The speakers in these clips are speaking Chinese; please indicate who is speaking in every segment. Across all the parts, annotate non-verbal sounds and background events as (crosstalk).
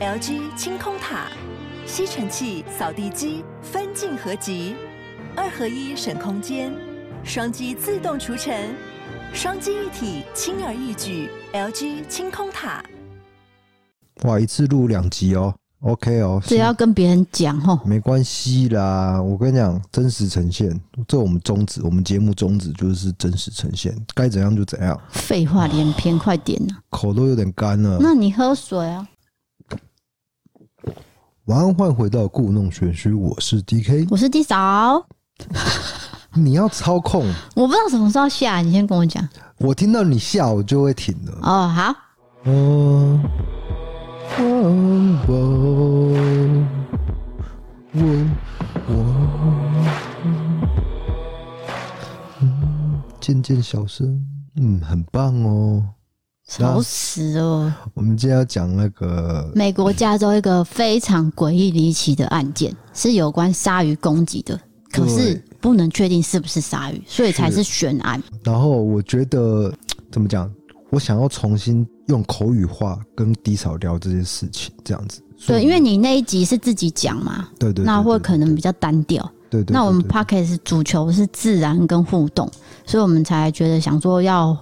Speaker 1: LG 清空塔、吸尘器、扫地机分镜合集，二合一省空间，双击自动除尘，双击一体轻而易举。LG 清空塔。
Speaker 2: 哇，一次录两集哦，OK 哦，
Speaker 3: 这要跟别人讲吼，
Speaker 2: 没关系啦。我跟你讲，真实呈现，这我们宗旨，我们节目宗旨就是真实呈现，该怎样就怎样。
Speaker 3: 废话连篇，快点呐、
Speaker 2: 口都有点干了。
Speaker 3: 那你喝水啊？
Speaker 2: 晚安，换回到故弄玄虚，我是 DK。
Speaker 3: 我是弟嫂，
Speaker 2: 你要操控，
Speaker 3: 我不知道什么时候下，你先跟我讲。
Speaker 2: 我听到你笑，我就会停了。
Speaker 3: 哦，好，
Speaker 2: 嗯、哦哦我我嗯，渐渐小声，嗯，很棒哦。
Speaker 3: 吵死哦！
Speaker 2: 我们今天要讲那个嗯
Speaker 3: 美国加州一个非常诡异离奇的案件，是有关鲨鱼攻击的，可是
Speaker 2: 对
Speaker 3: 不能确定是不是鲨鱼，所以才是悬案。
Speaker 2: 然后我觉得怎么讲，我想要重新用口语化跟低嫂聊这件事情，这样子。所
Speaker 3: 对，
Speaker 2: 以
Speaker 3: 因为你那一集是自己讲嘛，
Speaker 2: 对对对
Speaker 3: 那
Speaker 2: 对
Speaker 3: 会
Speaker 2: 对
Speaker 3: 可能比较单调。
Speaker 2: 对对对
Speaker 3: 那我们
Speaker 2: 对
Speaker 3: p o c k e t 是主球是自然跟互动，所以我们才觉得想说要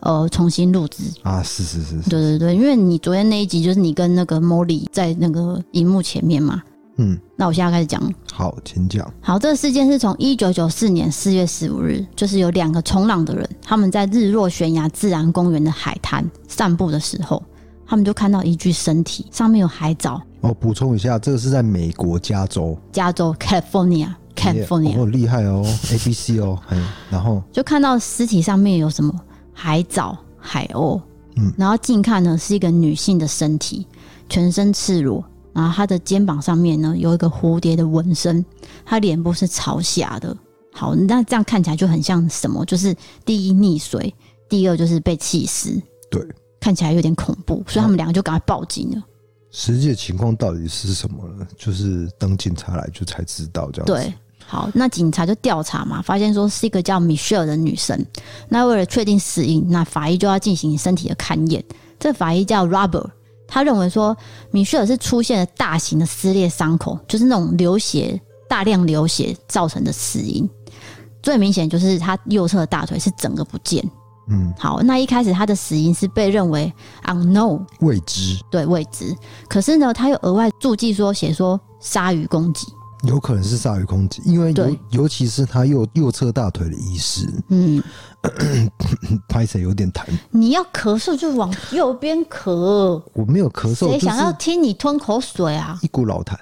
Speaker 3: 呃重新录制。
Speaker 2: 啊，是是是是，
Speaker 3: 对对对，因为你昨天那一集就是你跟那个 Molly 在那个荧幕前面嘛。
Speaker 2: 嗯，
Speaker 3: 那我现在开始讲。
Speaker 2: 好，请讲。
Speaker 3: 好，这个事件是从一九九四年四月十五日，就是有两个冲浪的人，他们在日落悬崖自然公园的海滩散步的时候，他们就看到一具身体，上面有海藻，
Speaker 2: 哦，补充一下，这个是在美国加州
Speaker 3: 加州 California California，、
Speaker 2: 哦，厉害哦，A B C 哦， (laughs) 嘿，然后
Speaker 3: 就看到尸体上面有什么海藻、海鸥，
Speaker 2: 嗯
Speaker 3: 然后近看呢是一个女性的身体，全身赤裸，然后她的肩膀上面呢有一个蝴蝶的纹身，她脸部是朝下的。好，那这样看起来就很像什么？就是第一溺水，第二就是被气死，
Speaker 2: 对，
Speaker 3: 看起来有点恐怖，所以他们两个就赶快报警了。
Speaker 2: 实际的情况到底是什么呢？就是等警察来就才知道这样子。
Speaker 3: 对，好，那警察就调查嘛，发现说是一个叫米歇尔的女生。那为了确定死因，那法医就要进行身体的勘验。这法医叫 Robert，他认为说米歇尔是出现了大型的撕裂伤口，就是那种流血大量流血造成的死因。最明显就是他右侧的大腿是整个不见。
Speaker 2: 嗯，
Speaker 3: 好，那一开始他的死因是被认为 unknown，
Speaker 2: 未知
Speaker 3: 对未知。可是呢，他又额外注记说写说鲨鱼攻击。
Speaker 2: 有可能是鲨鱼攻击，因为尤
Speaker 3: 对
Speaker 2: 尤其是他右右侧大腿的遗失，
Speaker 3: 嗯，
Speaker 2: 拍起来有点疼。
Speaker 3: 你要咳嗽就往右边咳，
Speaker 2: 我没有咳嗽，就
Speaker 3: 谁想要
Speaker 2: 是
Speaker 3: 听你吞口水啊？
Speaker 2: 一股老痰。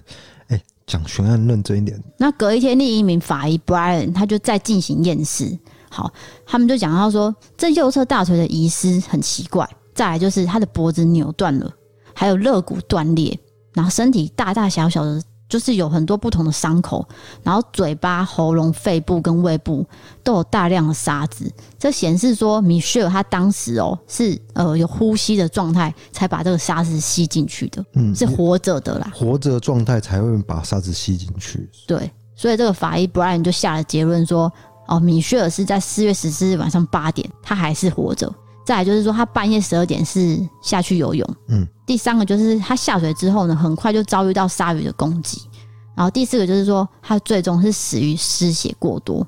Speaker 2: 哎、讲悬案认真一点，
Speaker 3: 那隔一天，另一名法医 Brian 他就再进行验尸。好，他们就讲到说，这右侧大腿的遗失很奇怪，再来就是他的脖子扭断了，还有肋骨断裂，然后身体大大小小的，就是有很多不同的伤口，然后嘴巴、喉咙、肺部跟胃部都有大量的沙子，这显示说米歇尔他当时哦是呃有呼吸的状态才把这个沙子吸进去的，
Speaker 2: 嗯，
Speaker 3: 是活着的啦。
Speaker 2: 活着的状态才会把沙子吸进去。
Speaker 3: 对，所以这个法医 Brian 就下了结论说，哦，米歇尔是在四月十四日晚上八点，他还是活着。再来就是说，他半夜十二点是下去游泳。
Speaker 2: 嗯，
Speaker 3: 第三个就是他下水之后呢，很快就遭遇到鲨鱼的攻击。然后第四个就是说，他最终是死于失血过多。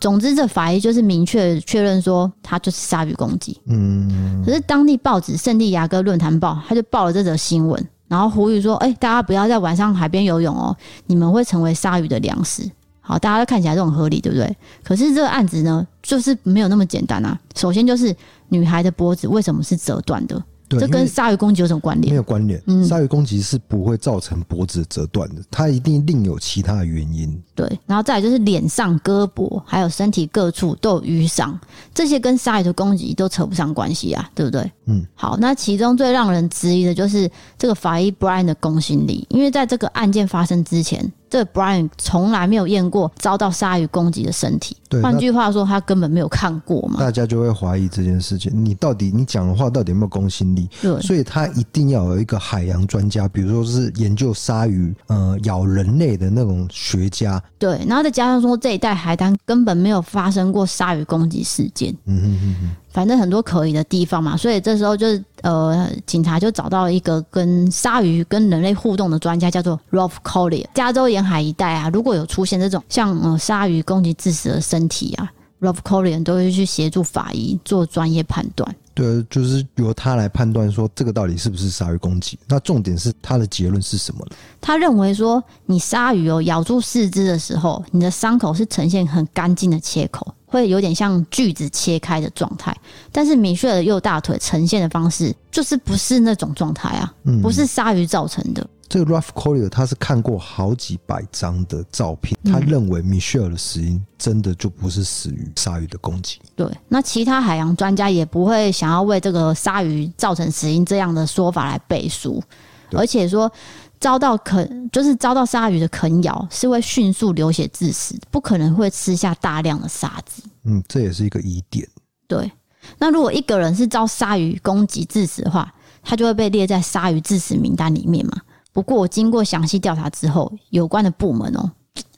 Speaker 3: 总之，这法医就是明确确认说，他就是鲨鱼攻击。
Speaker 2: 嗯，
Speaker 3: 可是当地报纸《圣地亚哥论坛报》他就报了这则新闻，然后呼吁说：“哎、大家不要在晚上海边游泳哦，你们会成为鲨鱼的粮食。”好，大家都看起来都很合理，对不对？可是这个案子呢，就是没有那么简单啊。首先就是女孩的脖子为什么是折断的？
Speaker 2: 对，
Speaker 3: 这
Speaker 2: 因
Speaker 3: 跟
Speaker 2: 为
Speaker 3: 鲨鱼攻击有什么关
Speaker 2: 没
Speaker 3: 联？
Speaker 2: 有关联。
Speaker 3: 嗯
Speaker 2: 鲨鱼攻击是不会造成脖子折断的，它一定另有其他的原因。
Speaker 3: 对，然后再来就是脸上、胳膊还有身体各处都有淤伤，这些跟鲨鱼的攻击都扯不上关系啊，对不对？
Speaker 2: 嗯，
Speaker 3: 好，那其中最让人质疑的就是这个法医 Brian 的公信力，因为在这个案件发生之前，这个 Brian 从来没有验过遭到鲨鱼攻击的身体，
Speaker 2: 对，
Speaker 3: 换
Speaker 2: 那
Speaker 3: 句话说，他根本没有看过嘛。
Speaker 2: 大家就会怀疑这件事情，你到底你讲的话到底有没有公信力？
Speaker 3: 对，
Speaker 2: 所以他一定要有一个海洋专家，比如说是研究鲨鱼呃咬人类的那种学家。
Speaker 3: 对，然后再加上说这一带海滩根本没有发生过鲨鱼攻击事件，
Speaker 2: 嗯哼哼哼，
Speaker 3: 反正很多可疑的地方嘛，所以这时候就是呃，警察就找到一个跟鲨鱼跟人类互动的专家，叫做 Rolf Collier。加州沿海一带啊，如果有出现这种像呃鲨鱼攻击致死的身体啊，Rolf Collier 都会去协助法医做专业判断。
Speaker 2: 对，就是由他来判断说这个到底是不是鲨鱼攻击。那重点是他的结论是什么呢？
Speaker 3: 他认为说，你鲨鱼哦咬住四肢的时候，你的伤口是呈现很干净的切口，会有点像锯子切开的状态。但是米歇尔的右大腿呈现的方式，就是不是那种状态啊，
Speaker 2: 嗯，
Speaker 3: 不是鲨鱼造成的。
Speaker 2: 这个 Ralph Collier 他是看过好几百张的照片，
Speaker 3: 嗯
Speaker 2: 他认为米歇尔的死因真的就不是死于鲨鱼的攻击。
Speaker 3: 对，那其他海洋专家也不会想要为这个鲨鱼造成死因这样的说法来背书，
Speaker 2: 对
Speaker 3: 而且说遭到啃就是遭到鲨鱼的啃咬是会迅速流血致死，不可能会吃下大量的沙子。
Speaker 2: 嗯，这也是一个疑点。
Speaker 3: 对，那如果一个人是遭鲨鱼攻击致死的话，他就会被列在鲨鱼致死名单里面嘛。不过经过详细调查之后，有关的部门哦、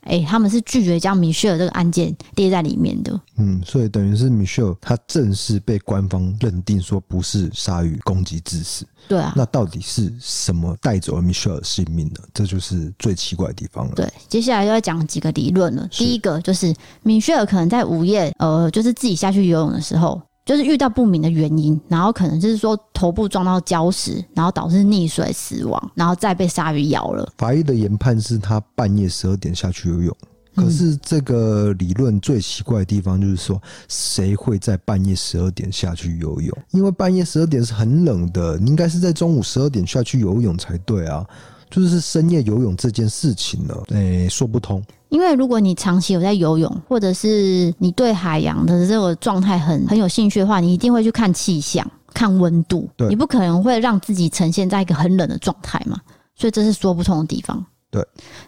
Speaker 3: 诶，他们是拒绝将米歇尔这个案件列在里面的。
Speaker 2: 嗯，所以等于是米歇尔他正式被官方认定说不是鲨鱼攻击致死。
Speaker 3: 对啊，
Speaker 2: 那到底是什么带走了米歇尔性命呢？这就是最奇怪的地方了。
Speaker 3: 对，接下来要讲几个理论了。
Speaker 2: 是
Speaker 3: 第一个就是米歇尔可能在午夜，呃，就是自己下去游泳的时候，就是遇到不明的原因，然后可能就是说头部撞到礁石，然后导致溺水死亡，然后再被鲨鱼咬了。
Speaker 2: 法医的研判是他半夜十二点下去游泳，可是这个理论最奇怪的地方就是说，谁会在半夜十二点下去游泳？因为半夜十二点是很冷的，你应该是在中午十二点下去游泳才对啊。就是深夜游泳这件事情呢，诶、说不通。
Speaker 3: 因为如果你长期有在游泳，或者是你对海洋的这个状态很很有兴趣的话，你一定会去看气象、看温度，
Speaker 2: 对
Speaker 3: 你不可能会让自己呈现在一个很冷的状态嘛，所以这是说不通的地方。
Speaker 2: 对，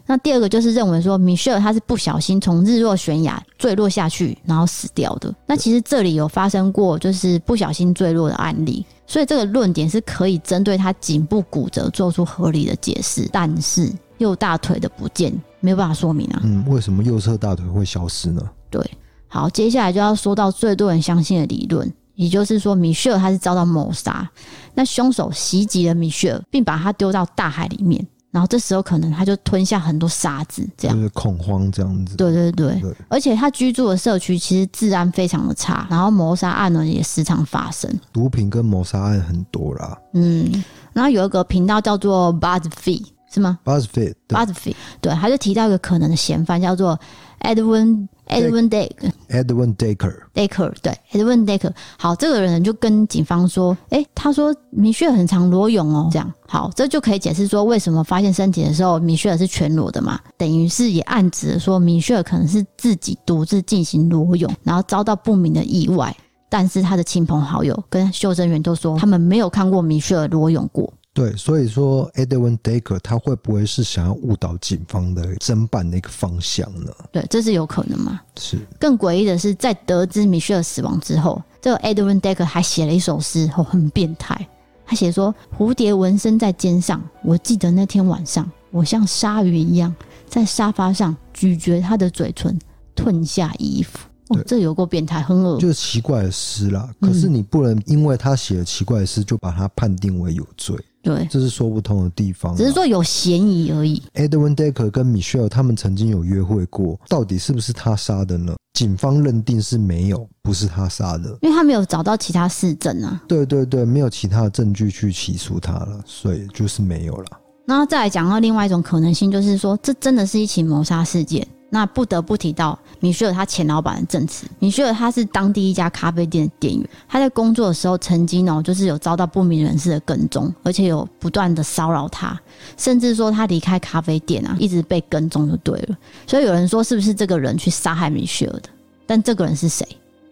Speaker 3: 那第二个就是认为说，米歇尔他是不小心从日落悬崖坠落下去，然后死掉的。那其实这里有发生过就是不小心坠落的案例，所以这个论点是可以针对他颈部骨折做出合理的解释，但是右大腿的不见没有办法说明啊。
Speaker 2: 嗯，为什么右侧大腿会消失呢？
Speaker 3: 好，接下来就要说到最多人相信的理论，也就是说，米歇尔他是遭到谋杀，那凶手袭击了米歇尔，并把他丢到大海里面，然后这时候可能他就吞下很多沙子，这样
Speaker 2: 就。是恐慌这样子。
Speaker 3: 啊对对对
Speaker 2: 对，
Speaker 3: 而且他居住的社区其实治安非常的差，然后谋杀案呢也时常发生。
Speaker 2: 毒品跟谋杀案很多啦。
Speaker 3: 嗯，然后有一个频道叫做 BuzzFeed 是吗
Speaker 2: BuzzFeed 对
Speaker 3: ？BuzzFeed 对，他就提到一个可能的嫌犯叫做 Edwin Edwin Dick，
Speaker 2: Edwin Dacre，
Speaker 3: Decker，对，Edwin Decker。好，这个人就跟警方说，诶，他说米歇尔很常裸泳哦，这样，好，这就可以解释说为什么发现身体的时候米歇尔是全裸的嘛，等于是也暗指了说米歇尔可能是自己独自进行裸泳，然后遭到不明的意外。但是他的亲朋好友跟救生员都说，他们没有看过米歇尔裸泳过。
Speaker 2: 对，所以说 Edwin Dacre 他会不会是想要误导警方的侦办的一个方向呢？
Speaker 3: 对，这是有可能吗？
Speaker 2: 是
Speaker 3: 更诡异的是，在得知米歇尔死亡之后，这个 Edwin Decker 还写了一首诗，哦，很变态。他写说：“蝴蝶纹身在肩上，我记得那天晚上，我像鲨鱼一样在沙发上咀嚼他的嘴唇，吞下衣服。”哦
Speaker 2: 对，
Speaker 3: 这有够变态，很恶。
Speaker 2: 就是奇怪的诗啦。可
Speaker 3: 嗯
Speaker 2: 是你不能因为他写了奇怪的诗就把他判定为有罪，
Speaker 3: 对，
Speaker 2: 这是说不通的地方啦。啊
Speaker 3: 只是说有嫌疑而已。
Speaker 2: Edwin Decker 跟 Michelle 他们曾经有约会过，到底是不是他杀的呢？警方认定是没有，不是他杀的。
Speaker 3: 因为他没有找到其他市政啊，
Speaker 2: 对对对，没有其他的证据去起诉他了，所以就是没有了。
Speaker 3: 那再来讲到另外一种可能性，就是说这真的是一起谋杀事件。那不得不提到米歇尔他前老板的证词。米歇尔他是当地一家咖啡店的店员，他在工作的时候曾经哦，就是有遭到不明人士的跟踪，而且有不断的骚扰他，甚至说他离开咖啡店啊，一直被跟踪就对了。所以有人说是不是这个人去杀害米歇尔的？但这个人是谁？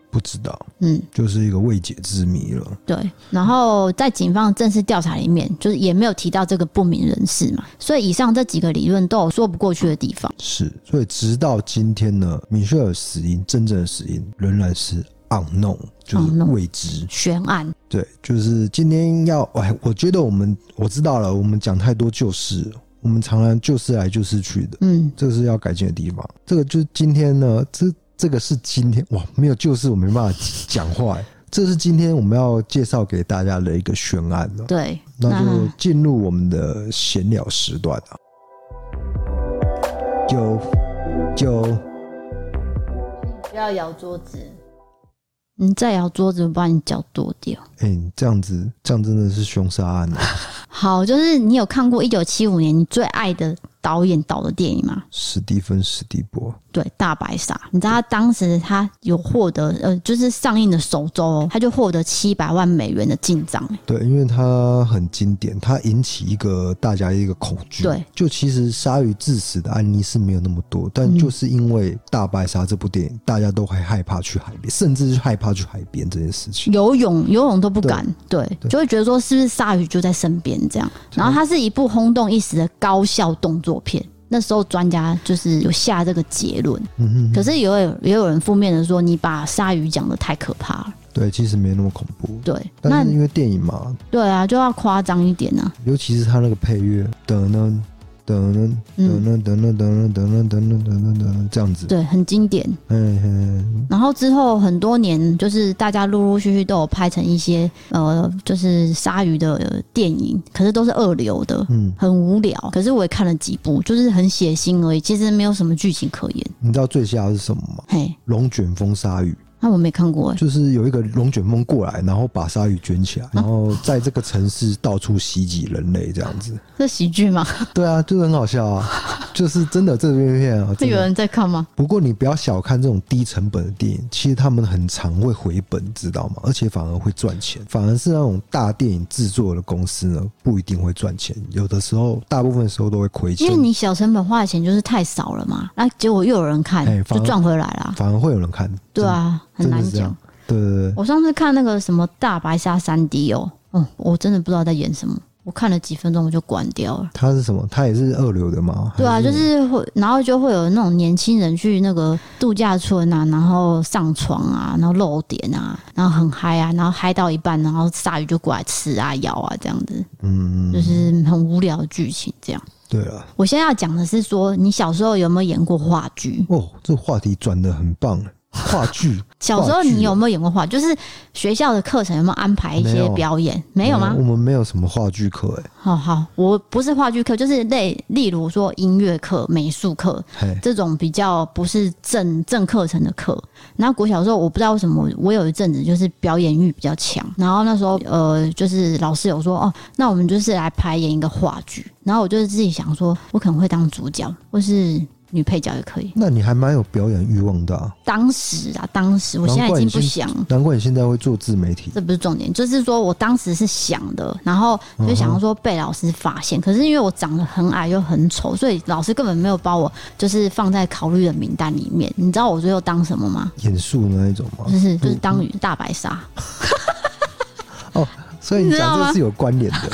Speaker 2: 不知道，
Speaker 3: 嗯，
Speaker 2: 就是一个未解之谜了。
Speaker 3: 对，然后在警方正式调查里面，就是也没有提到这个不明人士嘛，所以以上这几个理论都有说不过去的地方。
Speaker 2: 是，所以直到今天呢，米歇尔死因真正的死因仍然是 unknown，就是
Speaker 3: unknown
Speaker 2: 未知。
Speaker 3: 悬案，
Speaker 2: 对，就是今天要，哎，我觉得我们我知道了，我们讲太多旧事，我们常常旧事来旧事去的，
Speaker 3: 嗯，
Speaker 2: 这是要改进的地方。这个就是今天呢，这这个是今天哇，没有旧事我没办法讲话、哎这是今天我们要介绍给大家的一个悬案哦。
Speaker 3: 对，
Speaker 2: 那就进入我们的闲聊时段啊。九九，
Speaker 3: 不要摇桌子。你嗯再摇桌子，我把你脚剁掉。
Speaker 2: 哎、你这样子，这样真的是凶杀案啊！
Speaker 3: 好，就是你有看过一九七五年你最爱的导演导的电影吗？
Speaker 2: 史蒂芬·史蒂博，
Speaker 3: 对，大白鲨。你知道他当时他有获得呃，就是上映的首周哦，他就获得七百万美元的进账、欸
Speaker 2: 对，因为它很经典，它引起一个大家一个恐惧。
Speaker 3: 对，
Speaker 2: 就其实鲨鱼致死的案例是没有那么多，但
Speaker 3: 嗯
Speaker 2: 就是因为《大白鲨》这部电影，大家都还害怕去海边，甚至是害怕去海边这件事情。
Speaker 3: 游泳游泳都不敢，对，就会觉得说是不是鲨鱼就在身边这样。然后它是一部轰动一时的高效动作片，那时候专家就是有下这个结论。
Speaker 2: 嗯哼，
Speaker 3: 可是也有也有人负面的说，你把鲨鱼讲的太可怕了。
Speaker 2: 对，其实没那么恐怖。
Speaker 3: 对，那
Speaker 2: 但是因为电影嘛，
Speaker 3: 对啊，就要夸张一点啊。
Speaker 2: 尤其是它那个配乐，噔噔噔噔噔
Speaker 3: 嗯
Speaker 2: 噔噔噔噔噔噔噔噔噔噔这样子，
Speaker 3: 对，很经典。
Speaker 2: 嗯嗯，
Speaker 3: 然后之后很多年，就是大家陆陆续续都有拍成一些呃，就是鲨鱼的呃电影，可是都是二流的，
Speaker 2: 嗯
Speaker 3: 很无聊。可是我也看了几部，就是很血腥而已，其实没有什么剧情可言。
Speaker 2: 你知道最吓的是什么吗？
Speaker 3: 嘿，
Speaker 2: 龙卷风鲨鱼。
Speaker 3: 那我没看过哎、
Speaker 2: 就是有一个龙卷风过来，然后把鲨鱼卷
Speaker 3: 啊
Speaker 2: 起来，然后在这个城市到处袭击人类这样子。
Speaker 3: 这喜剧
Speaker 2: (laughs)
Speaker 3: 吗？
Speaker 2: 对啊，就很好笑啊，就是真的这边片啊。
Speaker 3: 这
Speaker 2: 真
Speaker 3: (laughs) 有
Speaker 2: 的
Speaker 3: 人在看吗？
Speaker 2: 不过你不要小看这种低成本的电影，其实他们很常会回本，知道吗？而且反而会赚钱，反而是那种大电影制作的公司呢，不一定会赚钱，有的时候大部分时候都会亏
Speaker 3: 因
Speaker 2: 钱
Speaker 3: 为，你小成本花的钱就是太少了嘛，那、结果又有人看，
Speaker 2: 哎反
Speaker 3: 就
Speaker 2: 而
Speaker 3: 赚回来啦。
Speaker 2: 反而会有人看。
Speaker 3: 对啊，
Speaker 2: 真，真
Speaker 3: 很难
Speaker 2: 的是这
Speaker 3: 讲
Speaker 2: 样。。对对对。
Speaker 3: 我上次看那个什么大白鲨三 D 哦，嗯，我真的不知道在演什么，我看了几分钟我就关掉了。
Speaker 2: 它是什么？它也是二流的吗？
Speaker 3: 对啊，
Speaker 2: 还
Speaker 3: 就是会，然后就会有那种年轻人去那个度假村啊，然后上床啊，然后露点啊，然后很嗨啊，然后嗨到一半，然后鲨鱼就过来吃啊、咬啊，这样子，
Speaker 2: 嗯，
Speaker 3: 就是很无聊的剧情。这样，
Speaker 2: 对啊。
Speaker 3: 我现在要讲的是说，你小时候有没有演过话剧？
Speaker 2: 哦，这话题转的很棒，话剧
Speaker 3: (laughs) 小时候
Speaker 2: 话剧啊
Speaker 3: 你有没有演过话？就是学校的课程有没有安排一
Speaker 2: 没
Speaker 3: 些
Speaker 2: 有
Speaker 3: 表演？没有吗？
Speaker 2: 我们没有什么话剧课，哎
Speaker 3: 好好，我不是话剧课，就是类例如说音乐课、美术课，
Speaker 2: 嘿，
Speaker 3: 这种比较不是正正课程的课。然后国小的时候，我不知道为什么，我有一阵子就是表演欲比较强。然后那时候，呃，就是老师有说，哦，那我们就是来排演一个话剧。然后我就是自己想说，我可能会当主角，或是女配角也可以。
Speaker 2: 那你还蛮有表演欲望的、啊，
Speaker 3: 当时啊，当时我现在
Speaker 2: 难
Speaker 3: 已
Speaker 2: 怪
Speaker 3: 经
Speaker 2: 你
Speaker 3: 不
Speaker 2: 是
Speaker 3: 想。
Speaker 2: 难怪你现在会做自媒体。
Speaker 3: 这不是重点，就是说我当时是想的，然后就想要说被老师发现，可是因为我长得很矮又很丑，所以老师根本没有把我就是放在考虑的名单里面。你知道我最后当什么吗？
Speaker 2: 演术那一种吗？
Speaker 3: 就是就是当
Speaker 2: 嗯
Speaker 3: 大白鲨，
Speaker 2: 哦，所以你讲
Speaker 3: 你知道吗
Speaker 2: 这是有关联
Speaker 3: (laughs)
Speaker 2: 的。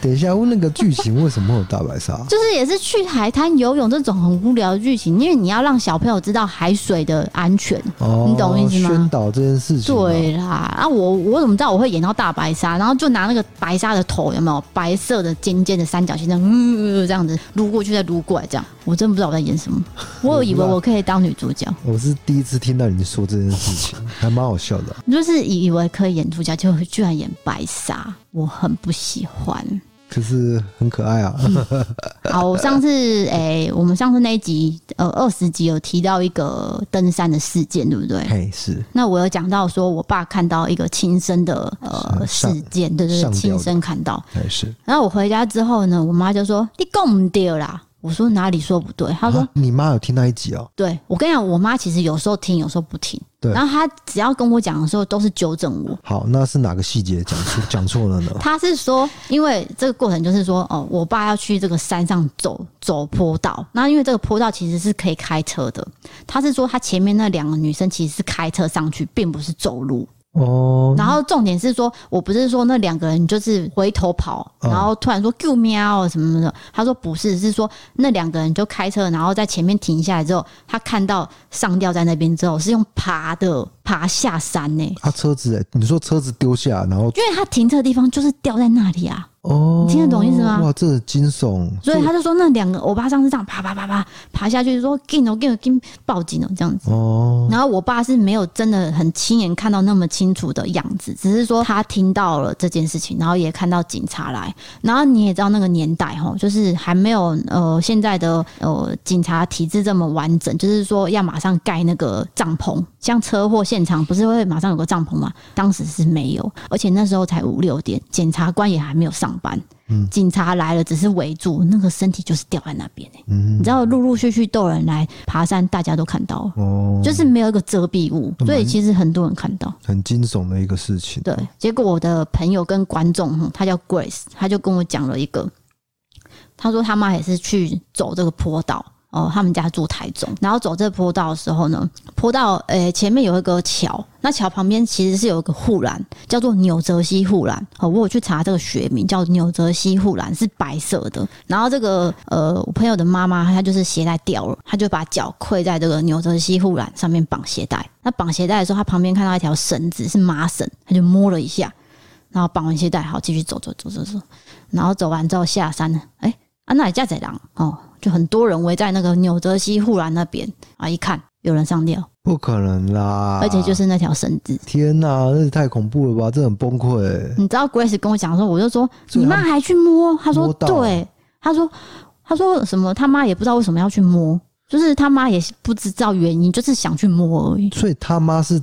Speaker 2: 等一下，问那个剧情为什么会有大白鲨？
Speaker 3: 就是也是去海滩游泳这种很无聊的剧情，因为你要让小朋友知道海水的安全。
Speaker 2: 哦，
Speaker 3: (laughs) 你懂我意思吗
Speaker 2: 宣哦导这件事情、，
Speaker 3: 对啦，啊我我怎么知道我会演到大白鲨？然后就拿那个白鲨的头有没有白色的尖尖的三角形，这样、嗯、这样子撸过去再撸过来，这样我真不知道我在
Speaker 2: (laughs)
Speaker 3: 演什么。我以为我可以当女主角，
Speaker 2: 我是第一次听到你说这件事
Speaker 3: (laughs)
Speaker 2: 情，还蛮好笑的啊、
Speaker 3: 就是以为可以演主角，结果居然演白鲨，我很不喜欢。
Speaker 2: 可是很可爱啊。
Speaker 3: 嗯 (laughs) 好，我上次诶、我们上次那一集呃二十集有提到一个登山的事件，对不对？
Speaker 2: (laughs) 嘿，是
Speaker 3: 那我有讲到说，我爸看到一个亲身的呃
Speaker 2: 上
Speaker 3: 事件，对对对，
Speaker 2: 上吊
Speaker 3: 亲
Speaker 2: 的
Speaker 3: 身看到。
Speaker 2: 还是
Speaker 3: 然后我回家之后呢，我妈就说：“你讲不对啦。”
Speaker 2: (laughs)
Speaker 3: 我说：“哪里说不对？”她说：“
Speaker 2: 啊你妈有听那一集哦？
Speaker 3: 对我跟你讲，我妈其实有时候听，有时候不听。
Speaker 2: 对
Speaker 3: 然后她只要跟我讲的时候，都是纠正我。
Speaker 2: 好，那是哪个细节讲错 (laughs) 讲错了呢？
Speaker 3: 她是说，因为这个过程就是说，哦，我爸要去这个山上走走坡道，那因为这个坡道其实是可以开车的。她是说，她前面那两个女生其实是开车上去，并不是走路。
Speaker 2: 哦，
Speaker 3: 然后重点是说，我不是说那两个人就是回头跑，
Speaker 2: 嗯
Speaker 3: 然后突然说“救命啊”什么什么的。他说不是，是说那两个人就开车，然后在前面停下来之后，他看到上吊在那边之后，是用爬的爬下山呢、
Speaker 2: 啊，车子欸，你说车子丢下，然后
Speaker 3: 因为他停车的地方就是掉在那里啊。
Speaker 2: 哦，
Speaker 3: 你听得懂意思吗
Speaker 2: 哇，哦这惊悚！
Speaker 3: 所以他就说那两个欧巴上次这样爬爬爬爬爬下去，就说进哦进哦进，报警哦这样子。
Speaker 2: 哦，
Speaker 3: 然后我爸是没有真的很亲眼看到那么清楚的样子，只是说他听到了这件事情，然后也看到警察来。然后你也知道那个年代哈，就是还没有呃现在的呃警察体制这么完整，就是说要马上盖那个帐篷，像车祸现场不是会马上有个帐篷吗？当时是没有，而且那时候才五六点，检察官也还没有上班。警察来了，只是围住，那个身体就是掉在那边、欸你知道，陆陆续续都有人来爬山，大家都看到了。
Speaker 2: 哦，
Speaker 3: 就是没有一个遮蔽物，所以其实很多人看到。
Speaker 2: 很惊悚的一个事情。
Speaker 3: 对，结果我的朋友跟观众，哼他叫 Grace，他就跟我讲了一个，他说他妈也是去走这个坡道。哦，他们家住台中，然后走这坡道的时候呢，坡道诶、前面有一个桥，那桥旁边其实是有一个护栏，叫做纽泽西护栏。哦，我有去查这个学名，叫纽泽西护栏，是白色的。然后这个呃，我朋友的妈妈她就是鞋带掉了，她就把脚跪在这个纽泽西护栏上面绑鞋带。那绑鞋带的时候，她旁边看到一条绳子是麻绳，她就摸了一下，然后绑完鞋带，好继续走走走走走，然后走完之后下山了，哎、啊那里架贼狼哦，就很多人围在那个纽泽西护栏那边啊，一看有人上吊，
Speaker 2: 不可能啦！
Speaker 3: 而且就是那条绳子。
Speaker 2: 天哪、那也太恐怖了吧！这很崩溃、
Speaker 3: 你知道 Grace 跟我讲的时候，我就说
Speaker 2: 所以
Speaker 3: 你
Speaker 2: 他
Speaker 3: 妈还去摸，她说
Speaker 2: 摸到
Speaker 3: 对，她说她说什么他妈也不知道为什么要去摸，就是他妈也不知道原因，就是想去摸而已。
Speaker 2: 所以他妈是，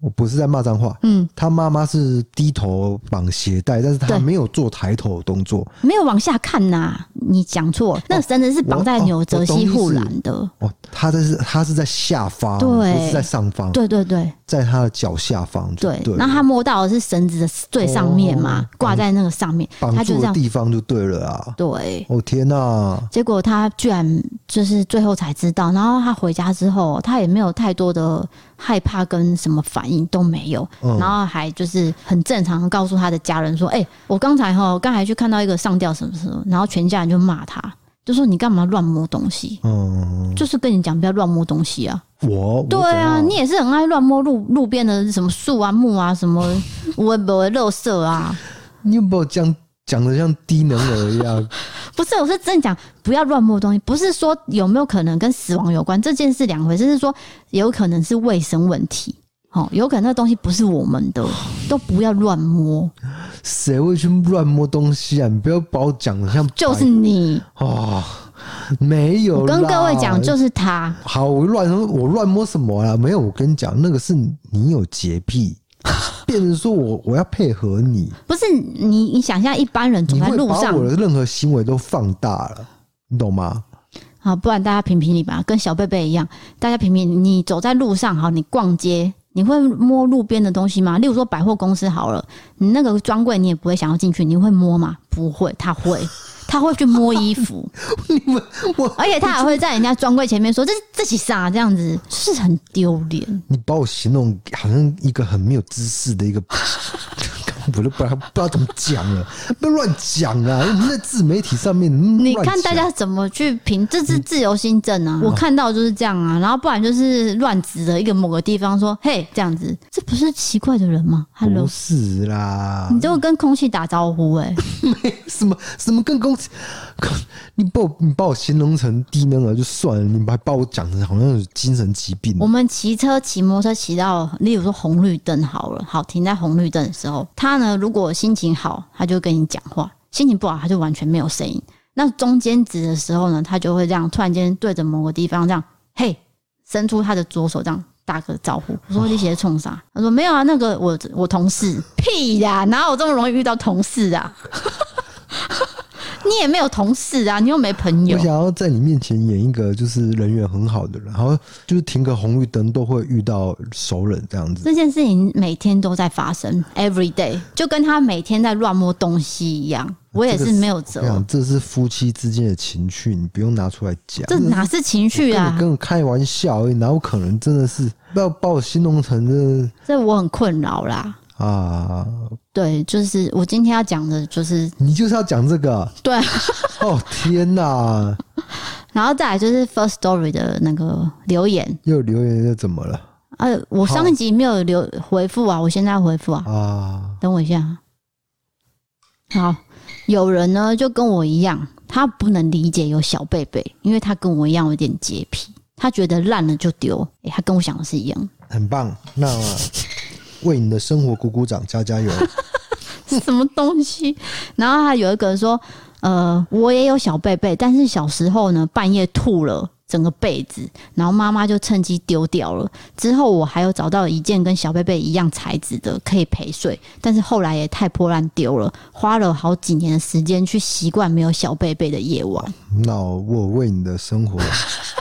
Speaker 2: 我不是在骂脏话，
Speaker 3: 嗯，
Speaker 2: 他妈妈是低头绑鞋带，但是他
Speaker 3: 对
Speaker 2: 没有做抬头的动作。
Speaker 3: 没有往下看呐、你讲错了，那个绳子是绑在
Speaker 2: 我哦
Speaker 3: 纽泽西护栏的，
Speaker 2: 哦，他这是他是在下方，
Speaker 3: 对
Speaker 2: 不是在上方，
Speaker 3: 对对对
Speaker 2: 在他的脚下方。
Speaker 3: 对。
Speaker 2: 对，
Speaker 3: 那他摸到的是绳子的最上面嘛，
Speaker 2: 哦
Speaker 3: 挂在那个上面，
Speaker 2: 绑
Speaker 3: 他
Speaker 2: 住
Speaker 3: 就这
Speaker 2: 的
Speaker 3: 样
Speaker 2: 地方就对了啊！
Speaker 3: 对。
Speaker 2: 哦天哪、
Speaker 3: 结果他居然就是最后才知道，然后他回家之后，他也没有太多的害怕跟什么反应都没有，
Speaker 2: 嗯
Speaker 3: 然后还就是很正常的告诉他的家人说：“哎、我刚才哈，刚才去看到一个上吊什么什么，然后全家人就骂他，就说你干嘛乱摸东西？
Speaker 2: 嗯，
Speaker 3: 就是跟你讲不要乱摸东西啊。”
Speaker 2: 我我
Speaker 3: 对啊，
Speaker 2: 怎样
Speaker 3: 你也是很爱乱摸路路边的什么树啊、木啊、什么我我的垃圾啊。
Speaker 2: 你有没有讲讲的像低能儿一样？
Speaker 3: (laughs) 不是，我是真的讲不要乱摸东西，不是说有没有可能跟死亡有关，这件事两回事，是说有可能是卫生问题。哦，有可能那东西不是我们
Speaker 2: 哦
Speaker 3: 的，都不要乱摸。
Speaker 2: 谁会去乱摸东西啊？你不要把我讲的像
Speaker 3: 就是你，
Speaker 2: 啊、没有
Speaker 3: 我
Speaker 2: 啦。
Speaker 3: 跟各位讲，就是他。
Speaker 2: 好，我乱我乱摸什么啦？没有，我跟你讲，那个是你有洁癖， (laughs) 变成说我我要配合你，
Speaker 3: 不是你，你想象一般 (laughs) 人走
Speaker 2: 你
Speaker 3: 在
Speaker 2: 会
Speaker 3: 路
Speaker 2: 把
Speaker 3: 上
Speaker 2: 我的任何行为都放大了，你懂吗？
Speaker 3: 好，啊不然大家评评理吧，跟小贝贝一样，大家评评。你走在路上，好，你逛街，你会摸路边的东西吗？例如说百货公司好了，你那个专柜你也不会想要进去，你会摸吗？不会，他会，他会去摸衣服，
Speaker 2: (laughs) 你们我
Speaker 3: 而且他还会在人家专柜前面说这这起啥这样子，是很丢脸。
Speaker 2: 你把我形容好像一个很没有知识的一个。 (laughs) 我都不知道不知道怎么讲了，不要乱讲啊！你在自媒体上面，
Speaker 3: 你
Speaker 2: 你
Speaker 3: 看大家怎么去评，这是自由新政
Speaker 2: 嗯
Speaker 3: 啊！我看到就是这样啊，然后不然就是乱指着一个某个地方说嘿这样子，这不是奇怪的人吗？Hello
Speaker 2: 不。是啦，
Speaker 3: 你就跟空气打招呼哎、
Speaker 2: (laughs) 什么什么跟公司，你把我你把我形容成低能儿就算了，你还把我讲成好像有精神疾病。
Speaker 3: 我们骑车、骑摩托车骑到，例如说红绿灯好了，好停在红绿灯的时候，他呢如果心情好，他就跟你讲话；心情不好，他就完全没有声音。那中间值的时候呢，他就会这样突然间对着某个地方这样，嘿，伸出他的左手这样打个招呼。我说你写冲啥？他说没有啊，那个我我同事，屁呀，哪有这么容易遇到同事啊？ (laughs) 你也没有同事啊，你又没朋友
Speaker 2: 我。想要在你面前演一个就是人缘很好的人，然后就是停个红绿灯都会遇到熟人这样子。
Speaker 3: 这件事情每天都在发生，every day，就跟他每天在乱摸东西一样。我也是没有
Speaker 2: 我想
Speaker 3: 辙，
Speaker 2: 这是夫妻之间的情趣，你不用拿出来讲。
Speaker 3: 这哪是情
Speaker 2: 跟
Speaker 3: 绪
Speaker 2: 你
Speaker 3: 啊？
Speaker 2: 跟我开玩笑而已，哪有可能真的是不要把我形容成这
Speaker 3: 这我很困扰啦。
Speaker 2: 啊？
Speaker 3: 对，就是我今天要讲的，就是
Speaker 2: 你就是要讲这个啊
Speaker 3: 对，啊
Speaker 2: 哦！天哪，
Speaker 3: (laughs) 然后再来就是 First Story 的那个留言，
Speaker 2: 又有留言又怎么了
Speaker 3: 呃、我上一集没有留回复啊，我现在回复啊，
Speaker 2: 啊？
Speaker 3: 等我一下。好，有人呢就跟我一样，他不能理解有小贝贝，因为他跟我一样有点洁癖，他觉得烂了就丢。诶、他跟我想的是一样。
Speaker 2: 很棒。那为你的生活鼓鼓掌，加加
Speaker 3: (laughs)
Speaker 2: 油！
Speaker 3: 什么东西？然后他有一个人说，呃，我也有小贝贝，但是小时候呢，半夜吐了整个被子，然后妈妈就趁机丢掉了。之后我还有找到一件跟小贝贝一样材质的，可以陪睡，但是后来也太破烂丢了，花了好几年的时间去习惯没有小贝贝的夜晚。
Speaker 2: 那我为你的生活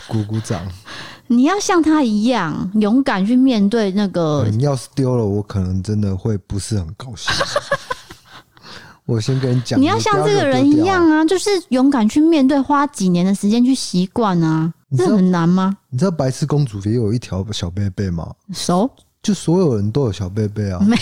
Speaker 2: 鼓鼓掌。
Speaker 3: (laughs) (laughs) 你要像他一样勇敢去面对那个
Speaker 2: 你要是丢了，我可能真的会不是很高
Speaker 3: (laughs)
Speaker 2: 兴。我先跟你讲，
Speaker 3: 你要像嗯这个人一样
Speaker 2: 啊！
Speaker 3: 啊，就是勇敢去面对，花几年的时间去习惯啊，
Speaker 2: 你知
Speaker 3: 这
Speaker 2: 道
Speaker 3: 很难吗？
Speaker 2: 你知道白痴公主也有一条小贝贝吗？
Speaker 3: 熟 (laughs)
Speaker 2: 就所有人都有小贝贝啊。
Speaker 3: 没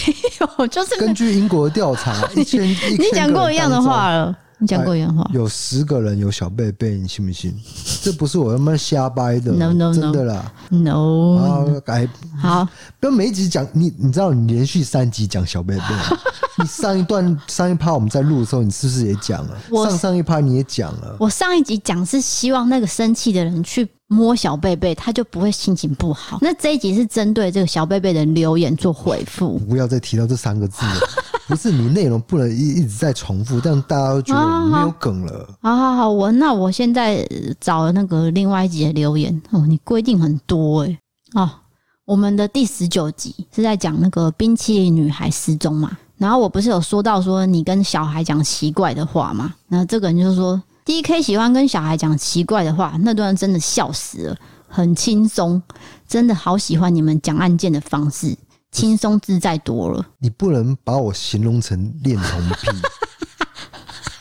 Speaker 3: 有？就是
Speaker 2: 根据英国的调查，一千你
Speaker 3: (laughs) 你讲过一样的话，了，你讲过一样的话。
Speaker 2: 有十个人有小贝贝，你信不信？这不是我他妈瞎掰的
Speaker 3: No, no, no
Speaker 2: 真的啦。
Speaker 3: No，
Speaker 2: 啊，哎，
Speaker 3: 好，
Speaker 2: 不要每一集讲你，你知道你连续三集讲小贝贝
Speaker 3: (laughs)
Speaker 2: 啊，你上一段上一趴我们在录的时候，你是不是也讲了？
Speaker 3: 我
Speaker 2: 上上一趴你也讲了，
Speaker 3: 我上一集讲是希望那个生气的人去摸小贝贝，他就不会心情不好。那这一集是针对这个小贝贝的留言做回复。
Speaker 2: 不要再提到这三个字
Speaker 3: (laughs)
Speaker 2: 了。不是你内容不能一一直在重复，这样大家都觉得我们没有梗了。
Speaker 3: 啊好好好，我那我现在呃找那个另外一集的留言哦，你规定很多哎、哦，我们的第十九集是在讲那个冰淇淋女孩失踪嘛，然后我不是有说到说你跟小孩讲奇怪的话嘛，然后这个人就说 D K 喜欢跟小孩讲奇怪的话，那段真的笑死了，很轻松，真的好喜欢你们讲案件的方式，轻松自在多了。
Speaker 2: 你不能把我形容成恋童癖。 (laughs)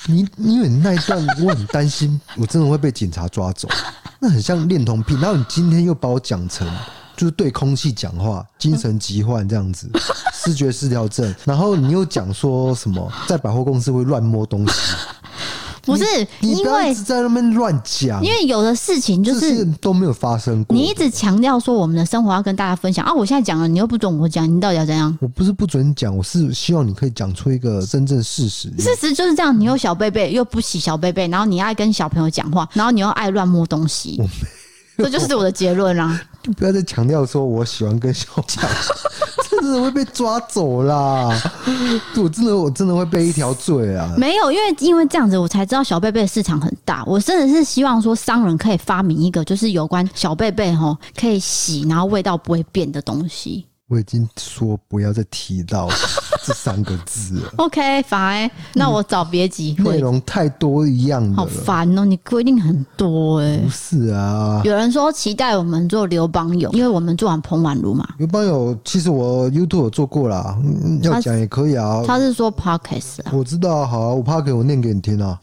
Speaker 2: 你因为你那一段，我很担心，我真的会被警察抓走。那很像恋童癖，然后你今天又把我讲成就是对空气讲话，精神疾患这样子，视觉失调症，然后你又讲说什么在百货公司会乱摸东西，
Speaker 3: 不是
Speaker 2: 你不
Speaker 3: (laughs) 因
Speaker 2: 要一
Speaker 3: 为
Speaker 2: 直在那边乱讲，
Speaker 3: 因为有的事情就
Speaker 2: 这
Speaker 3: 是
Speaker 2: 些都没有发生过。
Speaker 3: 你一直强调说我们的生活要跟大家分享啊，我现在讲了，你又不准我讲，你到底要怎样？
Speaker 2: 我不是不准讲，我是希望你可以讲出一个真正事实。
Speaker 3: 事实就是这样，你有小贝贝，又不洗小贝贝，然后你爱跟小朋友讲话，然后你又爱乱摸东西，这就是我的结论啊啦、
Speaker 2: 就不要再强调说我喜欢跟小强，这 (laughs) 真的会被抓走啦！我真的我真的会被一条罪啊！
Speaker 3: 没有，因为因为这样子，我才知道小贝贝的市场很大。我真的是希望说，商人可以发明一个就是有关小贝贝吼可以洗，然后味道不会变的东西。
Speaker 2: 我已经说不要再提到 (laughs) 这三个字了，
Speaker 3: OK，fine，那我找别集
Speaker 2: 内
Speaker 3: 会。
Speaker 2: 容太多一样的
Speaker 3: 好
Speaker 2: 了。
Speaker 3: 烦哦、你规定很多哎、
Speaker 2: 不是啊，
Speaker 3: 有人说期待我们做刘邦友，因为我们做完彭婉如嘛，
Speaker 2: 有朋友，其实我 YouTube 有做过啦，嗯要
Speaker 3: 他
Speaker 2: 讲也可以啊。
Speaker 3: 他是说 Parkes 啊，
Speaker 2: 我知道啊，好啊，我怕给我念给你听
Speaker 3: (laughs)
Speaker 2: 啊。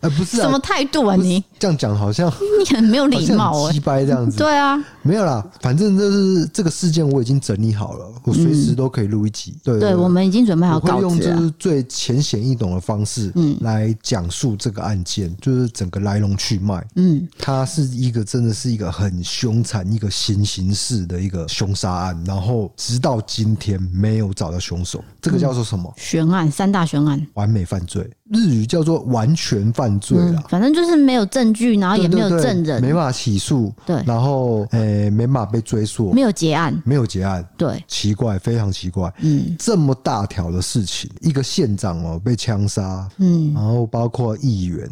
Speaker 2: 哎、不是
Speaker 3: 什么
Speaker 2: 啊，
Speaker 3: 态度啊
Speaker 2: 不是
Speaker 3: 你？
Speaker 2: 这样讲好像
Speaker 3: 你很没有
Speaker 2: 好
Speaker 3: 礼
Speaker 2: 像
Speaker 3: 貌
Speaker 2: 很
Speaker 3: 哎、
Speaker 2: 鸡掰这样子。
Speaker 3: 对啊，
Speaker 2: 没有啦，反正就是这个事件我已经整理好了，我随时都可以录一集。对
Speaker 3: 嗯对我们已经准备好啊
Speaker 2: 我会
Speaker 3: 稿
Speaker 2: 用
Speaker 3: 子
Speaker 2: 就
Speaker 3: 了。
Speaker 2: 是最浅显易懂的方式，嗯，来讲述这个案件，就是整个来龙去脉。
Speaker 3: 嗯，
Speaker 2: 它是一个真的是一个很凶残、一个新形式的一个凶杀案，然后直到今天没有找到凶手，这个叫做什么？
Speaker 3: 悬案三大悬案，
Speaker 2: 完美犯罪，日语叫做完全犯罪啦。
Speaker 3: 嗯，反正就是没有证据，然后也没有
Speaker 2: 啊对对对
Speaker 3: 证人，
Speaker 2: 没办法起诉，
Speaker 3: 对
Speaker 2: 然后诶、没办法被追溯，
Speaker 3: 没有结案，
Speaker 2: 没有结案，
Speaker 3: 对，
Speaker 2: 奇怪，非常奇怪。
Speaker 3: 嗯
Speaker 2: 这么大条的事情，一个县长哦被枪杀，
Speaker 3: 嗯
Speaker 2: 然后包括议员，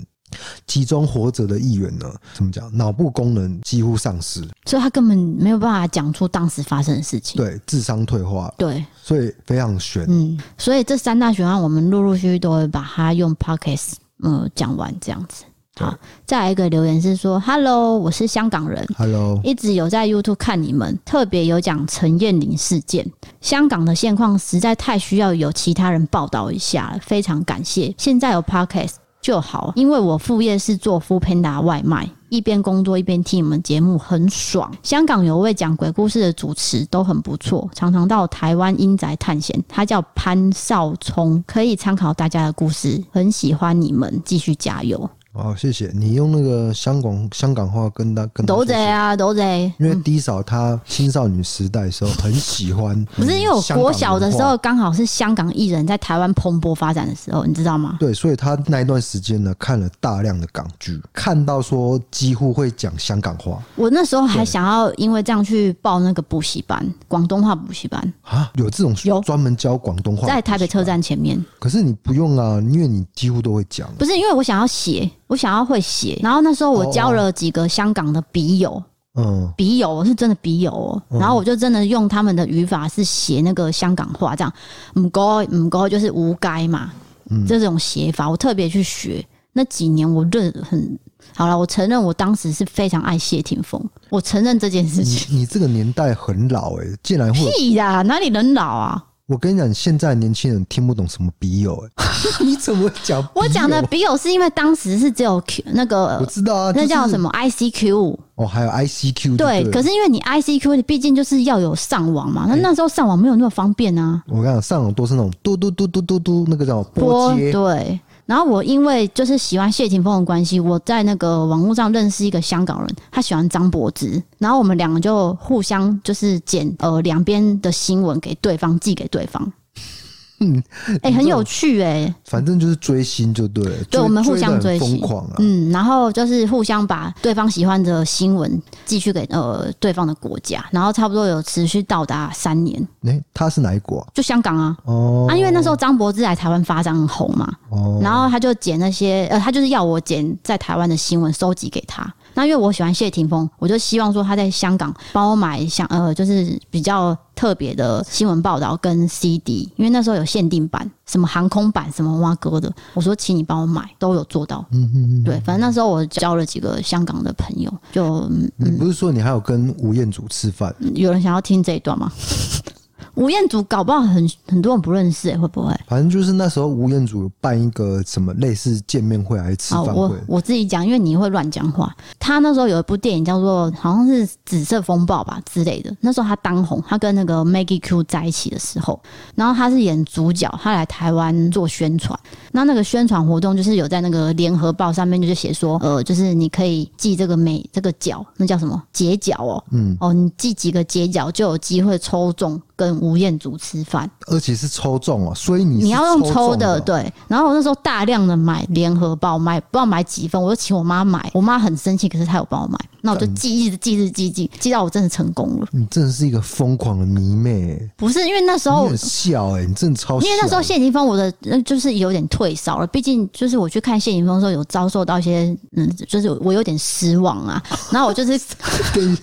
Speaker 2: 其中活着的议员呢，怎么讲，脑部功能几乎丧失，
Speaker 3: 所以他根本没有办法讲出当时发生的事情。
Speaker 2: 对，智商退化，
Speaker 3: 对，
Speaker 2: 所以非常悬。
Speaker 3: 嗯，所以这三大悬案，我们陆陆续续都会把它用 podcast 呃讲完这样子。好，再来一个留言是说：“Hello，我是香港人，
Speaker 2: Hello，
Speaker 3: 一直有在 YouTube 看你们，特别有讲陈彦霖事件。香港的现况实在太需要有其他人报道一下了，非常感谢。现在有 Podcast 就好，因为我副业是做 f o o Panda 外卖。一边工作一边听你们节目很爽。香港有位讲鬼故事的主持都很不错，常常到台湾英宅探险。他叫潘少聪，可以参考大家的故事。很喜欢你们，继续加油。
Speaker 2: 好，谢谢你用那个香港香港话跟他跟他
Speaker 3: 斗
Speaker 2: 说
Speaker 3: 贼啊，斗贼。
Speaker 2: 因为低嫂她青少女时代的时候很喜欢
Speaker 3: 不是因为我
Speaker 2: 嗯香港
Speaker 3: 国小的时
Speaker 2: 文
Speaker 3: 候
Speaker 2: 化，
Speaker 3: 刚好是香港艺人在台湾蓬勃发展的时候，你知道吗？
Speaker 2: 对，所以她那一段时间呢看了大量的港剧，看到说几乎会讲香港话
Speaker 3: 我那时候还想要因为这样去报那个补习班，广东话补习班，
Speaker 2: 啊，有这种
Speaker 3: 有
Speaker 2: 专门教广东话的
Speaker 3: 在台北
Speaker 2: 补习班
Speaker 3: 车，站前面。
Speaker 2: 可是你不用啊，因为你几乎都会讲。
Speaker 3: 不是因为我想要写，我想要会写。然后那时
Speaker 2: 哦
Speaker 3: 候我交了几个香港的笔友，
Speaker 2: 嗯，
Speaker 3: 笔友是真的笔友哦、然后我就真的用他们的语法是写那个香港话，这样唔该唔该就是无该嘛，
Speaker 2: 嗯
Speaker 3: 这种写法我特别去学。那几年我认很好了，我承认我当时是非常爱谢霆锋，我承认这件事情。
Speaker 2: 你你这个年代很老哎、竟然会有，
Speaker 3: 屁呀，哪里能老啊？
Speaker 2: 我跟你讲，现在年轻人听不懂什么笔友
Speaker 3: (laughs)
Speaker 2: 哎、你怎么讲笔友？啊
Speaker 3: 我讲的笔友是因为当时是只有 Q 那
Speaker 2: 哦我
Speaker 3: 个
Speaker 2: 知道啊，
Speaker 3: 那叫
Speaker 2: 就是
Speaker 3: 什么 ICQ，
Speaker 2: 哦，还有 ICQ 就
Speaker 3: 对
Speaker 2: 对，了，
Speaker 3: 可是因为你 ICQ，你毕竟就是要有上网嘛，那那时候上网没有那么方便啊。
Speaker 2: 我跟你讲，上网都是那种嘟嘟嘟嘟嘟嘟，那个叫波
Speaker 3: 播
Speaker 2: 接，
Speaker 3: 对，然后我因为就是喜欢谢霆锋的关系，我在那个网络上认识一个香港人，他喜欢张柏芝，然后我们两个就互相就是剪呃两边的新闻给对方寄给对
Speaker 2: (laughs)
Speaker 3: 方。嗯，哎、很有趣哎、
Speaker 2: 反正就是追星就对了。追
Speaker 3: 对我们互相
Speaker 2: 追
Speaker 3: 追
Speaker 2: 得很
Speaker 3: 星
Speaker 2: 疯狂啊！
Speaker 3: 嗯，然后就是互相把对方喜欢的新闻寄去给呃对方的国家，然后差不多有持续到达三年，
Speaker 2: 哎、他是哪一国啊、
Speaker 3: 就香港啊，
Speaker 2: 哦，
Speaker 3: 啊，因为那时候张柏芝来台湾发展很红嘛，
Speaker 2: 哦
Speaker 3: 然后他就剪那些，呃，他就是要我剪在台湾的新闻收集给他。那因为我喜欢谢霆锋，我就希望说他在香港帮我买像呃，就是比较特别的新闻报道跟 CD，因为那时候有限定版，什么航空版，什么蛙哥的，我说请你帮我买，都有做到。
Speaker 2: 嗯嗯嗯，
Speaker 3: 对，反正那时候我交了几个香港的朋友，就、嗯
Speaker 2: 你不是说你还有跟吴彦祖吃饭？
Speaker 3: 有人想要听这一段吗？ (laughs) 吴彦祖搞不好很很多人不认识、欸，会不会？
Speaker 2: 反正就是那时候吴彦祖有办一个什么类似见面会还是吃
Speaker 3: 好，
Speaker 2: 饭
Speaker 3: 哦啊我
Speaker 2: 会，
Speaker 3: 我自己讲，因为你会乱讲话。他那时候有一部电影叫做好像是《紫色风暴》吧之类的，那时候他当红，他跟那个 Maggie Q 在一起的时候，然后他是演主角，他来台湾做宣传。那那个宣传活动就是有在那个联合报上面就是写说，呃，就是你可以寄这个每这个角，那叫什么结角哦，
Speaker 2: 嗯，
Speaker 3: 哦，你寄几个结角就有机会抽中跟吴彦祖吃饭。
Speaker 2: 而且是抽中哦，所以你
Speaker 3: 你
Speaker 2: 你
Speaker 3: 要用抽
Speaker 2: 的
Speaker 3: 的，，对。然后我那时候大量的买联合报，买不知道买几份，我就请我妈买，我妈很生气，可是她有帮我买，那我就记，一直记，一直记，记，记到我真的成功了。
Speaker 2: 你真的是一个疯狂的迷妹、欸，
Speaker 3: 不是因为那时
Speaker 2: 你
Speaker 3: 候
Speaker 2: 很。笑哎、你真的超笑，
Speaker 3: 因为那时候谢霆锋，我的那就是有点退烧了。毕竟就是我去看谢霆锋的时候，有遭受到一些嗯，就是我有点失望
Speaker 2: (laughs)
Speaker 3: 啊。然后我就是
Speaker 2: (laughs) 跟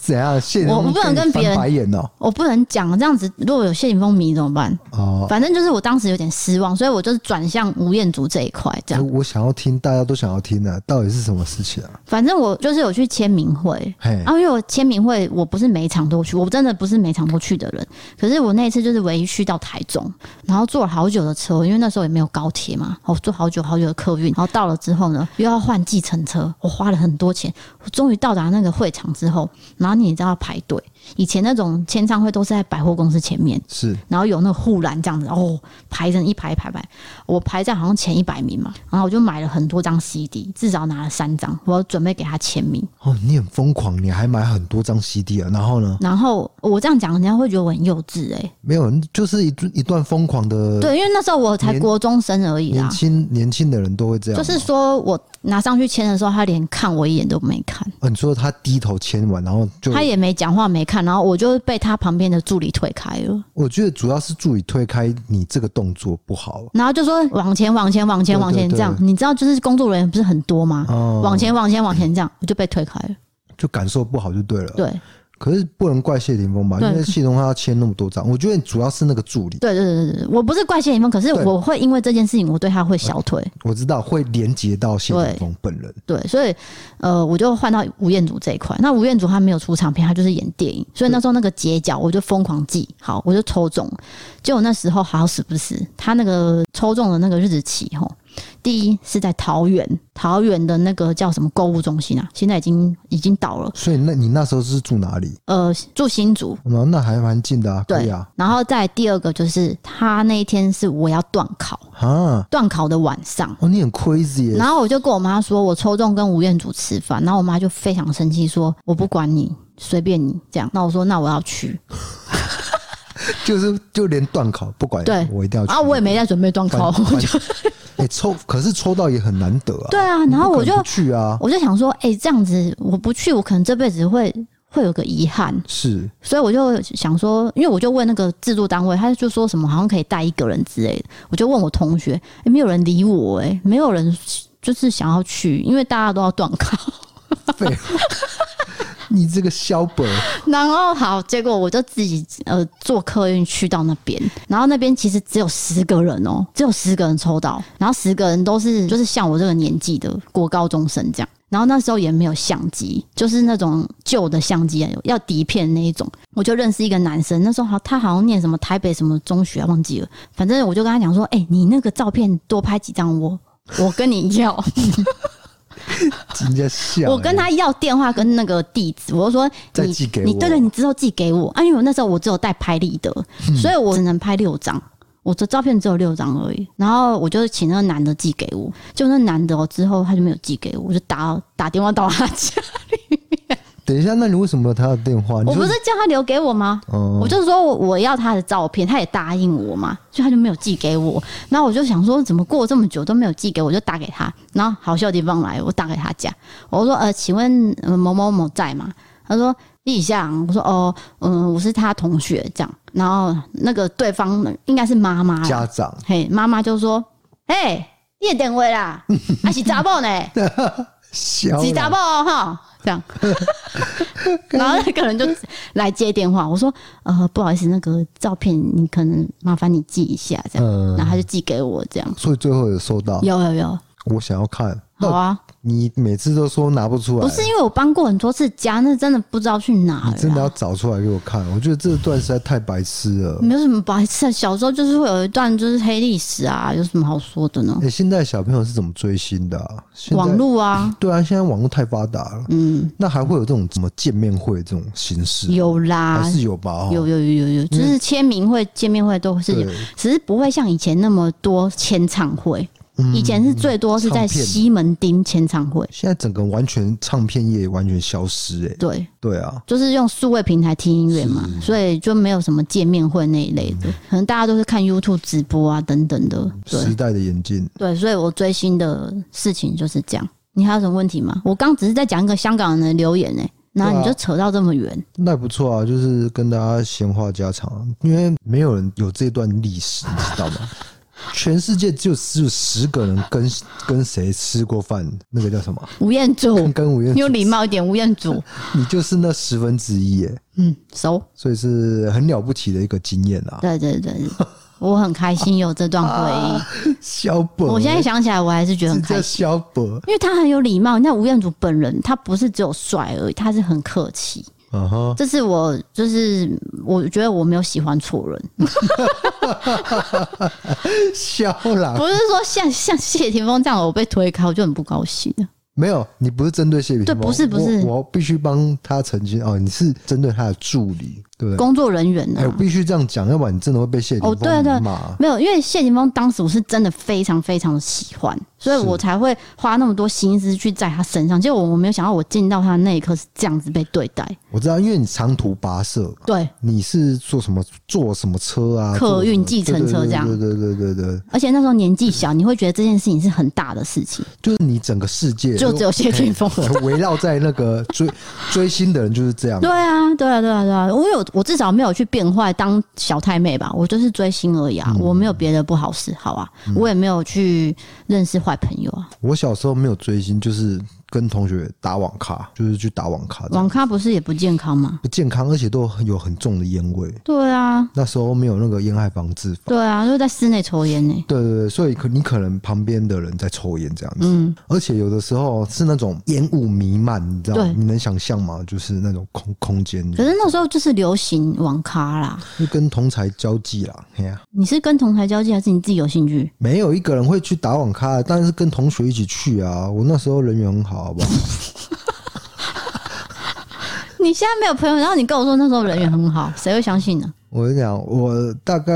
Speaker 2: 怎样？谢霆
Speaker 3: 我
Speaker 2: 锋
Speaker 3: 不能
Speaker 2: 你
Speaker 3: 跟别
Speaker 2: 翻
Speaker 3: 人
Speaker 2: 白眼哦、
Speaker 3: 我不能讲这样子，如果有谢霆锋迷怎么办？
Speaker 2: 哦，
Speaker 3: 反正就是我当时有点失望，所以我就是转向吴彦祖这一块这样
Speaker 2: 哎。我想要听，大家都想要听的、到底是什么事情啊？
Speaker 3: 反正我就是有去签名会，
Speaker 2: 嘿，
Speaker 3: 啊，因为我签名会我不是每一场都去，我真的不是每一场都去的人。可是我那一次就是唯一去到台中，然后坐了好久的车，因为那时候也没有高铁嘛，我坐好久好久的客运，然后到了之后呢，又要换计程车，我花了很多钱，我终于到达那个会场之后，然后你知道要排队，以前那种签唱会都是在百货公司前面。
Speaker 2: 是
Speaker 3: 然后有那个护栏这样子，哦，排成一排一排排，我排在好像前一百名嘛，然后我就买了很多张 CD，至少拿了三张，我要准备给他签名。
Speaker 2: 哦，你很疯狂，你还买很多张 CD 啊？然后呢？
Speaker 3: 然后我这样讲，人家会觉得我很幼稚哎、
Speaker 2: 没有，就是一一段疯狂的，
Speaker 3: 对，因啊为那时候我才
Speaker 2: 年
Speaker 3: 国中生而已啦
Speaker 2: 年。轻年轻的人都会这样
Speaker 3: 就
Speaker 2: 吗。
Speaker 3: 是说我拿上去签的时候，他连看我一眼都没看，
Speaker 2: 哦，你说他低头签完，然后就
Speaker 3: 他也没讲话，没看，然后我就被他旁边的助理推开了，
Speaker 2: 我觉得主要是助理推开你这个动作不好啊
Speaker 3: 然后就说往前、往前、往前、
Speaker 2: 对
Speaker 3: 往前
Speaker 2: 对
Speaker 3: 这样。
Speaker 2: 对
Speaker 3: 你知道，就是工作人员不是很多吗？
Speaker 2: 哦，
Speaker 3: 往前、往前、往前这样，我就被推开了。
Speaker 2: 就感受不好就对了。，
Speaker 3: 对，
Speaker 2: 可是不能怪谢霆锋吧，因
Speaker 3: 对
Speaker 2: 为谢霆锋他要签那么多张，我觉得主要是那个助理，
Speaker 3: 对，对，对，对，对，我不是怪谢霆锋，可是
Speaker 2: 对
Speaker 3: 我会因为这件事情，我对他会小腿。
Speaker 2: 我知道会连接到谢霆锋本人。
Speaker 3: 对，所以呃，我就换到吴彦祖这一块。那吴彦祖他没有出唱片，他就是演电影，所以那时候那个结角我就疯狂记，好，我就抽中。结果那时候好死不死，他那个抽中的那个日期吼，第一是在桃园，桃园的那个叫什么购物中心啊，现在已经已经倒了，
Speaker 2: 所以那你那时候是住哪里？
Speaker 3: 呃，住新竹。
Speaker 2: 哦，那还蛮近的啊，可以
Speaker 3: 对
Speaker 2: 啊，，
Speaker 3: 然后再来第二个就是他那一天是我要断考，
Speaker 2: 啊，
Speaker 3: 断考的晚上，
Speaker 2: 哦，你很 crazy 耶、
Speaker 3: 然后我就跟我妈说，我抽中跟吴彦祖吃饭，然后我妈就非常生气，说我不管你，随便你这样。那我说那我要去，
Speaker 2: 就是就连断考不管，
Speaker 3: 对
Speaker 2: 我一定要去。
Speaker 3: 然啊后我也没在准备断考，
Speaker 2: 反
Speaker 3: 我就
Speaker 2: 反哎、抽，可是抽到也很难得啊。
Speaker 3: 对啊，然后
Speaker 2: 不
Speaker 3: 我
Speaker 2: 可能
Speaker 3: 就
Speaker 2: 不去啊，
Speaker 3: 我就想说，哎、这样子我不去，我可能这辈子会会有个遗憾，
Speaker 2: 是
Speaker 3: 所以我就想说，因为我就问那个制作单位，他就说什么好像可以带一个人之类的，我就问我同学，哎，没有人理我、哎，没有人就是想要去，因为大家都要断考。
Speaker 2: 废话。你这个小本
Speaker 3: 然后好，结果我就自己呃坐客运去到那边，然后那边其实只有十个人哦、只有十个人抽到，然后十个人都是就是像我这个年纪的国高中生这样。然后那时候也没有相机，就是那种旧的相机，要底片那一种。我就认识一个男生，那时候好，他好像念什么台北什么中学，忘记了。反正我就跟他讲说：“哎、你那个照片多拍几张，我我跟你要。”
Speaker 2: 人家笑、
Speaker 3: 我跟他要电话跟那个地址，我就说
Speaker 2: 再
Speaker 3: 你
Speaker 2: 寄给
Speaker 3: 你
Speaker 2: 我
Speaker 3: 对对，你之后寄给我啊，因为我那时候我只有带拍立得，
Speaker 2: 嗯
Speaker 3: 所以我只能拍六张。我的照片只有六张而已，然后我就请那个男的寄给我，就那男的哦，之后他就没有寄给我，我就打打电话到他家，
Speaker 2: 等一下，那你为什么有他的电话？你
Speaker 3: 我
Speaker 2: 说
Speaker 3: 不是叫他留给我吗？
Speaker 2: 哦
Speaker 3: 我就说我我要他的照片，他也答应我嘛，所以他就没有寄给我。然后我就想说，怎么过这么久都没有寄给我，我就打给他。然后好笑的地方来了，我打给他家，我说呃，请问、呃、某某某在吗？他说李翔，我说哦，嗯、我是他同学这样。然后那个对方应该是妈妈啦，
Speaker 2: 家长，
Speaker 3: 嘿，妈妈就说，嘿，你的电话啦，还是查某呢？
Speaker 2: 小
Speaker 3: 几打
Speaker 2: 啦
Speaker 3: 爆哦哈，
Speaker 2: (laughs)
Speaker 3: 这样，然后那个人就来接电话，我说呃不好意思，那个照片你可能麻烦你寄一下这样，
Speaker 2: 嗯
Speaker 3: 然后他就寄给我这样，
Speaker 2: 所以最后有收到，
Speaker 3: 有有有，
Speaker 2: 我想要看。
Speaker 3: 好
Speaker 2: 那
Speaker 3: 啊，
Speaker 2: 你每次都说拿不出来，
Speaker 3: 不是因为我搬过很多次家，那真的不知道去哪
Speaker 2: 你真的
Speaker 3: 了
Speaker 2: 要
Speaker 3: 啊。
Speaker 2: 找出来给我看。我觉得这段实在太白痴了。
Speaker 3: 没有什么白痴啊，小时候就是会有一段就是黑历史啊，有什么好说的呢
Speaker 2: 哎、？现在小朋友是怎么追星的、啊？现在
Speaker 3: 网络啊，
Speaker 2: (laughs) 对啊，现在网络太发达了，
Speaker 3: 嗯，
Speaker 2: 那还会有这种什么见面会这种形式？
Speaker 3: 有啦
Speaker 2: 还，是有吧？哦
Speaker 3: 有有有有有，就是签名会、见面会都是有
Speaker 2: 对，，
Speaker 3: 只是不会像以前那么多签唱会，
Speaker 2: 嗯
Speaker 3: 以前是最多是在
Speaker 2: 唱片
Speaker 3: 西门町签唱会，
Speaker 2: 现在整个完全唱片业完全消失、哎，
Speaker 3: 对，
Speaker 2: 对啊，
Speaker 3: 就是用数位平台听音乐嘛，所以就没有什么见面会那一类的，可能大家都是看 YouTube 直播啊等等的，
Speaker 2: 时
Speaker 3: 对
Speaker 2: 代的演进。
Speaker 3: 对，所以我追星的事情就是这样。你还有什么问题吗？我刚只是在讲一个香港人的留言呢、欸然后你
Speaker 2: 对啊
Speaker 3: 就扯到这么远，
Speaker 2: 那也不错啊，就是跟大家闲话家常，因为没有人有这段历史，你知道
Speaker 3: (laughs)
Speaker 2: 吗？全世界只有只有十个人跟跟谁吃过饭，那个叫什么？
Speaker 3: 吴彦
Speaker 2: (laughs)
Speaker 3: 祖，
Speaker 2: 跟吴彦
Speaker 3: 哦你有
Speaker 2: 祖，
Speaker 3: 礼貌一点，吴彦祖，
Speaker 2: 你就是那十分之一耶，
Speaker 3: 嗯，熟，
Speaker 2: 所以是很了不起的一个经验啊。
Speaker 3: 对对对，对我很开心有这段回忆。
Speaker 2: 小本，
Speaker 3: (laughs) 我现在想起来，我还是觉得很
Speaker 2: 是
Speaker 3: 开
Speaker 2: 叫
Speaker 3: 心，
Speaker 2: 小
Speaker 3: (laughs)
Speaker 2: 本，
Speaker 3: 因为他很有礼貌。那吴彦祖本人，他不是只有帅而已，他是很客气。
Speaker 2: 嗯哼，
Speaker 3: 这是我，就是我觉得我没有喜欢错人，
Speaker 2: (laughs) 笑啦
Speaker 3: 不，是说像 (laughs) 像谢霆锋这样，我被推开，我就很不高兴了。
Speaker 2: 没有，你不是针对谢炳，
Speaker 3: 对不是不
Speaker 2: 我
Speaker 3: 是
Speaker 2: 我必须帮他澄清哦，你是针对他的助理，对不对？
Speaker 3: 工作人员呢、
Speaker 2: 哎、我必须这样讲，要不然你真的会被谢
Speaker 3: 哦
Speaker 2: 霆
Speaker 3: 对啊对啊
Speaker 2: 锋骂。
Speaker 3: 没有，因为谢霆锋当时我是真的非常非常的喜欢，所以我才会花那么多心思去在他身上。结果我没有想到，我进到他的那一刻是这样子被对待。
Speaker 2: 我知道，因为你长途跋涉，
Speaker 3: 对，
Speaker 2: 你是坐什么坐什么车啊？
Speaker 3: 客运
Speaker 2: 坐什么
Speaker 3: 计程车这样
Speaker 2: 对对对对对对，对
Speaker 3: 而且那时候年纪小，你会觉得这件事情是很大的事情，
Speaker 2: 就是你整个世界
Speaker 3: 就只有谢霆锋。
Speaker 2: 围绕在那个追追星的人就是这样
Speaker 3: 对。啊，对啊，对啊，对啊！我有，我至少没有去变坏当小太妹吧，我就是追星而已啊，我没有别的不好嗯嗜好啊，我也没有去认识坏朋友啊。
Speaker 2: 我小时候没有追星，就是跟同学打网咖，就是去打网咖这样，
Speaker 3: 网咖不是也不健康吗？
Speaker 2: 不健康，而且都有很重的烟味。
Speaker 3: 对啊，
Speaker 2: 那时候没有那个烟害防治法，
Speaker 3: 对啊，就是在室内抽烟呢、
Speaker 2: 对对对，所以可你可能旁边的人在抽烟这样子，
Speaker 3: 嗯，
Speaker 2: 而且有的时候是那种烟雾弥漫，你知道
Speaker 3: 对
Speaker 2: 吗？你能想象吗？就是那种空空间，
Speaker 3: 可是那时候就是流行网咖啦。
Speaker 2: 就跟同才交际啦，哎呀、
Speaker 3: 你是跟同台交际，还是你自己有兴趣？
Speaker 2: 没有一个人会去打网咖，但是跟同学一起去啊。我那时候人缘很好，好
Speaker 3: (laughs)
Speaker 2: 不好？
Speaker 3: 你现在没有朋友，然后你跟我说那时候人缘很好，谁会相信呢？
Speaker 2: 我跟你讲，我大概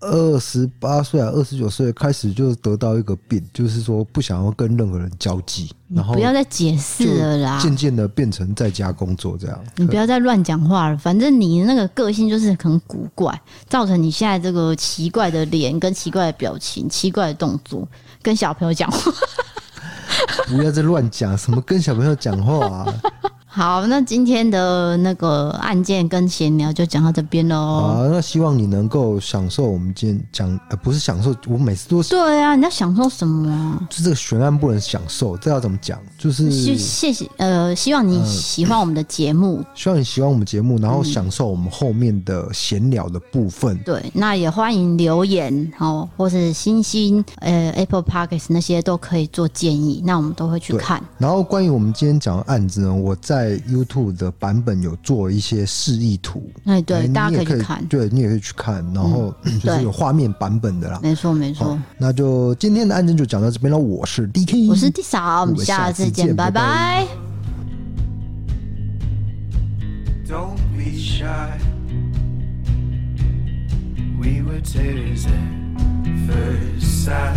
Speaker 2: 二十八岁啊，二十九岁开始就得到一个病，就是说不想要跟任何人交际，然后
Speaker 3: 不要再解释了啦，
Speaker 2: 渐渐的变成在家工作这样。 (laughs)
Speaker 3: 你不要再乱讲话了。反正你那个个性就是很古怪，造成你现在这个奇怪的脸、跟奇怪的表情、奇怪的动作，跟小朋友讲话。 (laughs)
Speaker 2: 不要再乱讲什么跟小朋友讲话
Speaker 3: (laughs)
Speaker 2: 啊！
Speaker 3: 好，那今天的那个案件跟闲聊就讲到这边喽。
Speaker 2: 啊，那希望你能够享受我们今天讲，呃，不是享受，我每次都是
Speaker 3: 对啊，你在享受什么啊？
Speaker 2: 就这个悬案不能享受，这要怎么讲？就是嗯
Speaker 3: 谢谢谢呃，希望你喜欢我们的节目。
Speaker 2: 希望你喜欢我们节目，然后享受我们后面的闲聊的部分。
Speaker 3: 对，那也欢迎留言哦，或是星星呃 Apple Podcast 那些都可以做建议，那我们都会去
Speaker 2: 对
Speaker 3: 看。
Speaker 2: 然后关于我们今天讲的案子呢，我在 YouTube 的版本有做一些示意图，
Speaker 3: 哎，对，
Speaker 2: 哎
Speaker 3: 大
Speaker 2: 你
Speaker 3: 家可
Speaker 2: 也
Speaker 3: 以去看。嗯
Speaker 2: 对你也可以去看，然后就是
Speaker 3: 对
Speaker 2: 有画面版本的啦。
Speaker 3: 没错，没错。
Speaker 2: 好，那就今天的案件就讲到这边了。我是 DK，
Speaker 3: 嗯我是地嫂，嗯我们下次见，拜拜
Speaker 4: Don't be shy. We were tears at first sight,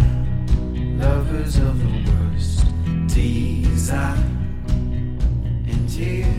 Speaker 4: lovers of the worst design. And here